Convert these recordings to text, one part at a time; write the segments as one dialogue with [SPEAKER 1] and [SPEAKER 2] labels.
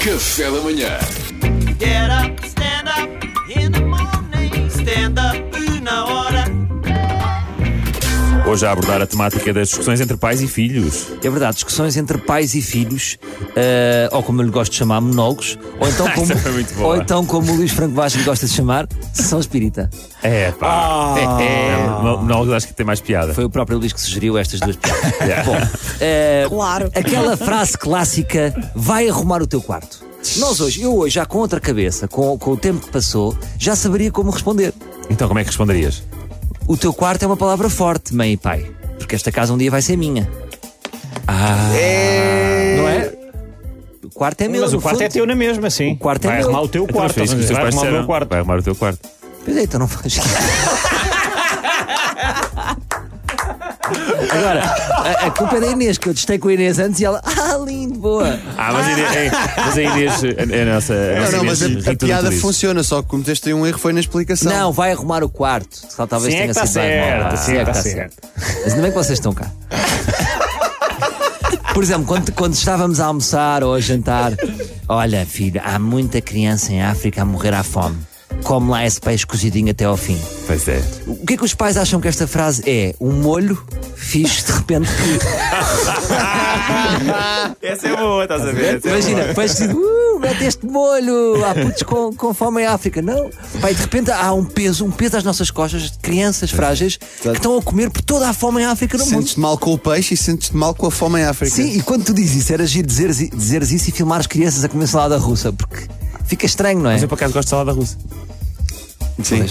[SPEAKER 1] Café da manhã.
[SPEAKER 2] Get up, stand up in the morning. Stand up na hora.
[SPEAKER 3] Hoje a abordar a temática das discussões entre pais e filhos.
[SPEAKER 4] É verdade, discussões entre pais e filhos, eh, ou como eu lhe gosto de chamar, monólogos, ou então como,
[SPEAKER 3] Essa foi Ah, é muito boa.
[SPEAKER 4] ou então como o Luís Franco Vasco lhe gosta de chamar, sessão espírita.
[SPEAKER 3] É, pá.
[SPEAKER 4] Ah.
[SPEAKER 3] É, não, não, acho que tem mais piada.
[SPEAKER 4] Foi o próprio Luís que sugeriu estas duas piadas. Bom, eh,
[SPEAKER 5] Claro.
[SPEAKER 4] aquela frase clássica, vai arrumar o teu quarto. Nós hoje, eu hoje, já com outra cabeça, com, com o tempo que passou, já saberia como responder.
[SPEAKER 3] Então como é que responderias?
[SPEAKER 4] O teu quarto é uma palavra forte, mãe e pai, porque esta casa um dia vai ser minha. Ah, não é? O quarto é meu.
[SPEAKER 6] Mas
[SPEAKER 4] no
[SPEAKER 6] o quarto
[SPEAKER 4] fundo.
[SPEAKER 6] é teu na mesma, sim.
[SPEAKER 4] O quarto é
[SPEAKER 6] vai
[SPEAKER 4] meu.
[SPEAKER 6] arrumar o teu
[SPEAKER 3] Então,
[SPEAKER 6] quarto.
[SPEAKER 3] foi isso que os teus
[SPEAKER 6] vai
[SPEAKER 3] pais
[SPEAKER 6] arrumar o
[SPEAKER 3] disseram.
[SPEAKER 6] meu quarto.
[SPEAKER 3] Vai arrumar o teu quarto.
[SPEAKER 4] Pois é, então não faz. Agora, a, a culpa é da Inês, que eu testei com a Inês antes e ela, ah, lindo, boa.
[SPEAKER 3] Ah, mas a Inês, é, mas a Inês é, é a nossa. a
[SPEAKER 7] Não,
[SPEAKER 3] nossa
[SPEAKER 7] não,
[SPEAKER 3] Inês
[SPEAKER 7] mas a-
[SPEAKER 3] ri
[SPEAKER 7] a,
[SPEAKER 3] é tudo
[SPEAKER 7] piada
[SPEAKER 3] por isso.
[SPEAKER 7] funciona, só que cometeste um erro foi na explicação.
[SPEAKER 4] Não, vai arrumar o quarto. Tal- Talvez
[SPEAKER 6] Sim, é
[SPEAKER 4] tenha
[SPEAKER 6] que tá
[SPEAKER 4] sido vai arrumar o
[SPEAKER 6] certo,
[SPEAKER 4] quarto.
[SPEAKER 6] sim,
[SPEAKER 4] Sim, é que
[SPEAKER 6] tá
[SPEAKER 4] tá Mas ainda bem que vocês estão cá. Por exemplo, quando, quando estávamos a almoçar ou a jantar, olha, filho, há muita criança em África a morrer à fome. Come lá esse peixe cozidinho até ao fim.
[SPEAKER 3] Pois é.
[SPEAKER 4] O que é que os pais acham que esta frase é? Um molho fixe de repente que.
[SPEAKER 3] Essa é boa, estás a ver?
[SPEAKER 4] Imagina, peixe de. Uh, mete este molho! Há putos com, com fome em África. Não. Pai, de repente há um peso, um peso às nossas costas de crianças frágeis que estão a comer por toda a fome em África no mundo.
[SPEAKER 7] Sentes-te mal com o peixe e sentes-te mal com a fome em África.
[SPEAKER 4] Sim, e quando tu dizes isso, era giro dizeres, dizeres isso e filmar as crianças a comer salada russa, porque fica estranho, não é?
[SPEAKER 3] Mas eu por acaso gosto de salada russa.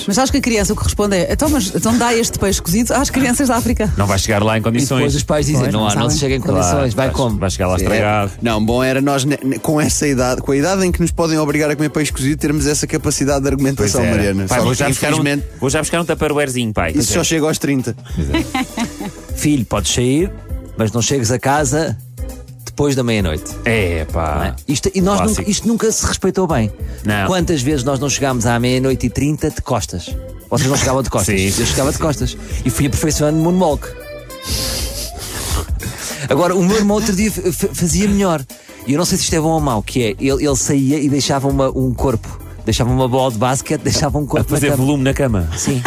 [SPEAKER 5] Mas acho que a criança o que responde é: então, mas, então dá este peixe cozido às crianças da África.
[SPEAKER 3] Não vai chegar lá em
[SPEAKER 4] E depois
[SPEAKER 3] condições.
[SPEAKER 4] os pais dizem:
[SPEAKER 5] Pois,
[SPEAKER 4] não,
[SPEAKER 5] não
[SPEAKER 4] há, não
[SPEAKER 5] sabem.
[SPEAKER 4] se chega em condições, vai como?
[SPEAKER 3] Vai chegar lá
[SPEAKER 7] É.
[SPEAKER 3] estragado.
[SPEAKER 7] Não, bom era nós, ne- ne- com essa idade, com a idade em que nos podem obrigar a comer peixe cozido, termos essa capacidade de
[SPEAKER 3] Pois
[SPEAKER 4] é.
[SPEAKER 7] argumentação,
[SPEAKER 3] era.
[SPEAKER 7] Mariana.
[SPEAKER 3] Pai,
[SPEAKER 7] Só
[SPEAKER 3] vou,
[SPEAKER 7] que,
[SPEAKER 3] já buscar um,
[SPEAKER 7] infelizmente,
[SPEAKER 3] vou já buscar um tupperwarezinho, pai.
[SPEAKER 7] isso só chega aos 30.
[SPEAKER 4] Filho, podes sair, mas não chegas a casa depois da meia-noite.
[SPEAKER 3] É,
[SPEAKER 4] não
[SPEAKER 3] pá.
[SPEAKER 4] é? Isto, e nós
[SPEAKER 3] Clássico.
[SPEAKER 4] nunca, isto nunca se respeitou bem.
[SPEAKER 3] Não.
[SPEAKER 4] Quantas vezes nós não chegámos à meia-noite e trinta de costas? Vocês não chegavam de costas.
[SPEAKER 3] Sim, sim,
[SPEAKER 4] Eu chegava de costas. E fui aperfeiçoando moonwalk. Agora, o meu irmão outro dia fa- fa- fazia melhor. E eu não sei se isto é bom ou mau, que é, ele, ele saía e deixava uma- um corpo. Deixava uma bola de basquete, deixava um
[SPEAKER 3] A
[SPEAKER 4] corpo na
[SPEAKER 3] fazer
[SPEAKER 4] cama.
[SPEAKER 3] volume na cama.
[SPEAKER 4] Sim.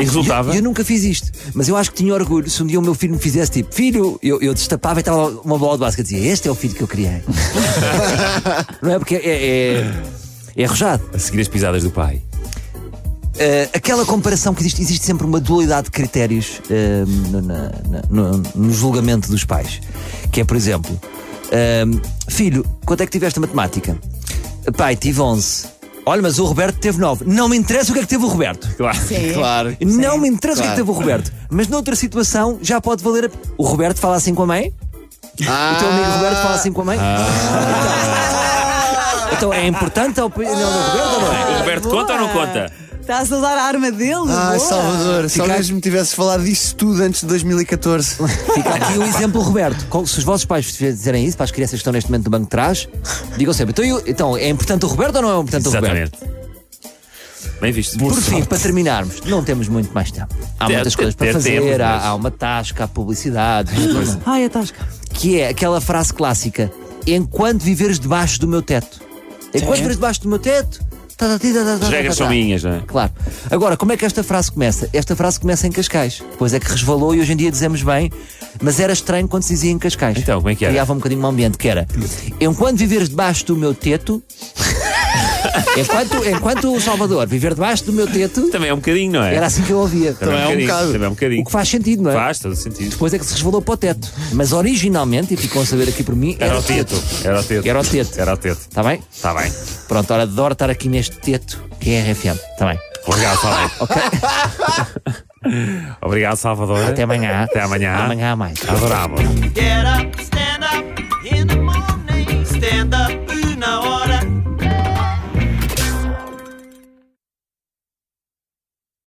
[SPEAKER 3] E resultava.
[SPEAKER 4] E eu nunca fiz isto, mas eu acho que tinha orgulho se um dia o meu filho me fizesse tipo, filho, eu, eu destapava e estava lá uma bola de basquete e dizia, este é o filho que eu criei. não é? Porque é. é... É arrojado.
[SPEAKER 3] A seguir as pisadas do pai.
[SPEAKER 4] Ah, aquela comparação que existe, existe sempre uma dualidade de critérios ah, no, na- na- no- no julgamento dos pais. Que é, por exemplo, ah, filho, quanto é que tiveste a matemática? Pai, tive 11. Olha, mas o Roberto teve 9. Não me interessa o que é que teve o Roberto.
[SPEAKER 3] Claro.
[SPEAKER 4] É?
[SPEAKER 7] Claro.
[SPEAKER 4] Não me interessa o que é que
[SPEAKER 7] Claro.
[SPEAKER 4] teve o Roberto. Mas noutra situação já pode valer. a- O Roberto fala assim com a mãe?
[SPEAKER 7] Ah,
[SPEAKER 4] O teu amigo Roberto fala assim com a mãe?
[SPEAKER 3] Ah.
[SPEAKER 4] Então, então é importante a opinião do Roberto ou não é?
[SPEAKER 3] Ah. O Roberto
[SPEAKER 5] Boa.
[SPEAKER 3] conta ou não conta?
[SPEAKER 5] Estás a usar a arma dele?
[SPEAKER 7] Ah,
[SPEAKER 5] boa.
[SPEAKER 7] Salvador, se
[SPEAKER 4] Fica-
[SPEAKER 7] alguém me tivesse falado disso tudo antes de 2014.
[SPEAKER 4] Fica aqui o exemplo Roberto. Com- Se os vossos pais fizerem isso para as crianças que estão neste momento no banco de trás, digam sempre: então, eu- então, é importante o Roberto ou não é importante o Roberto?
[SPEAKER 3] Exatamente. Bem visto.
[SPEAKER 4] Por fim, para terminarmos, não temos muito mais tempo. Há
[SPEAKER 3] Te-
[SPEAKER 4] muitas coisas para
[SPEAKER 3] te- temos,
[SPEAKER 4] fazer,
[SPEAKER 3] mas-
[SPEAKER 4] há, há uma tasca, há publicidade, tudo.
[SPEAKER 5] Ai, a tasca.
[SPEAKER 4] que é aquela frase clássica: enquanto viveres debaixo do meu teto. Enquanto viveres debaixo do meu teto. tá, tá, tá, tá, tá, tá,
[SPEAKER 3] As regras
[SPEAKER 4] tá,
[SPEAKER 3] são
[SPEAKER 4] tá.
[SPEAKER 3] minhas, não é?
[SPEAKER 4] Claro. Agora, como é que esta frase começa? Esta frase começa em Cascais. Pois é que resvalou e hoje em dia dizemos bem, mas era estranho quando se dizia em Cascais.
[SPEAKER 3] Então, como é que era?
[SPEAKER 4] Criava um bocadinho um ambiente, que era enquanto viveres debaixo do meu teto. enquanto, enquanto o Salvador viver debaixo do meu teto,
[SPEAKER 3] Também é um bocadinho, não é?
[SPEAKER 4] era assim que eu ouvia.
[SPEAKER 3] também, é um bocado.
[SPEAKER 7] bocado.
[SPEAKER 3] Também é um bocadinho.
[SPEAKER 4] O que faz sentido, não é?
[SPEAKER 3] Faz todo sentido.
[SPEAKER 4] Depois é que se resvalou para o teto. Mas originalmente, e ficam a saber aqui por mim, era,
[SPEAKER 3] Era o teto. Era o teto.
[SPEAKER 4] Era o teto.
[SPEAKER 3] Era o teto.
[SPEAKER 4] Está bem?
[SPEAKER 3] Está bem.
[SPEAKER 4] Pronto, hora de hora estar aqui neste teto que é RFM. Está bem.
[SPEAKER 3] Obrigado, Salvador. Obrigado, Salvador.
[SPEAKER 4] Até amanhã.
[SPEAKER 3] Até amanhã.
[SPEAKER 4] Amanhã há mais. tá
[SPEAKER 3] Adorável.
[SPEAKER 2] Get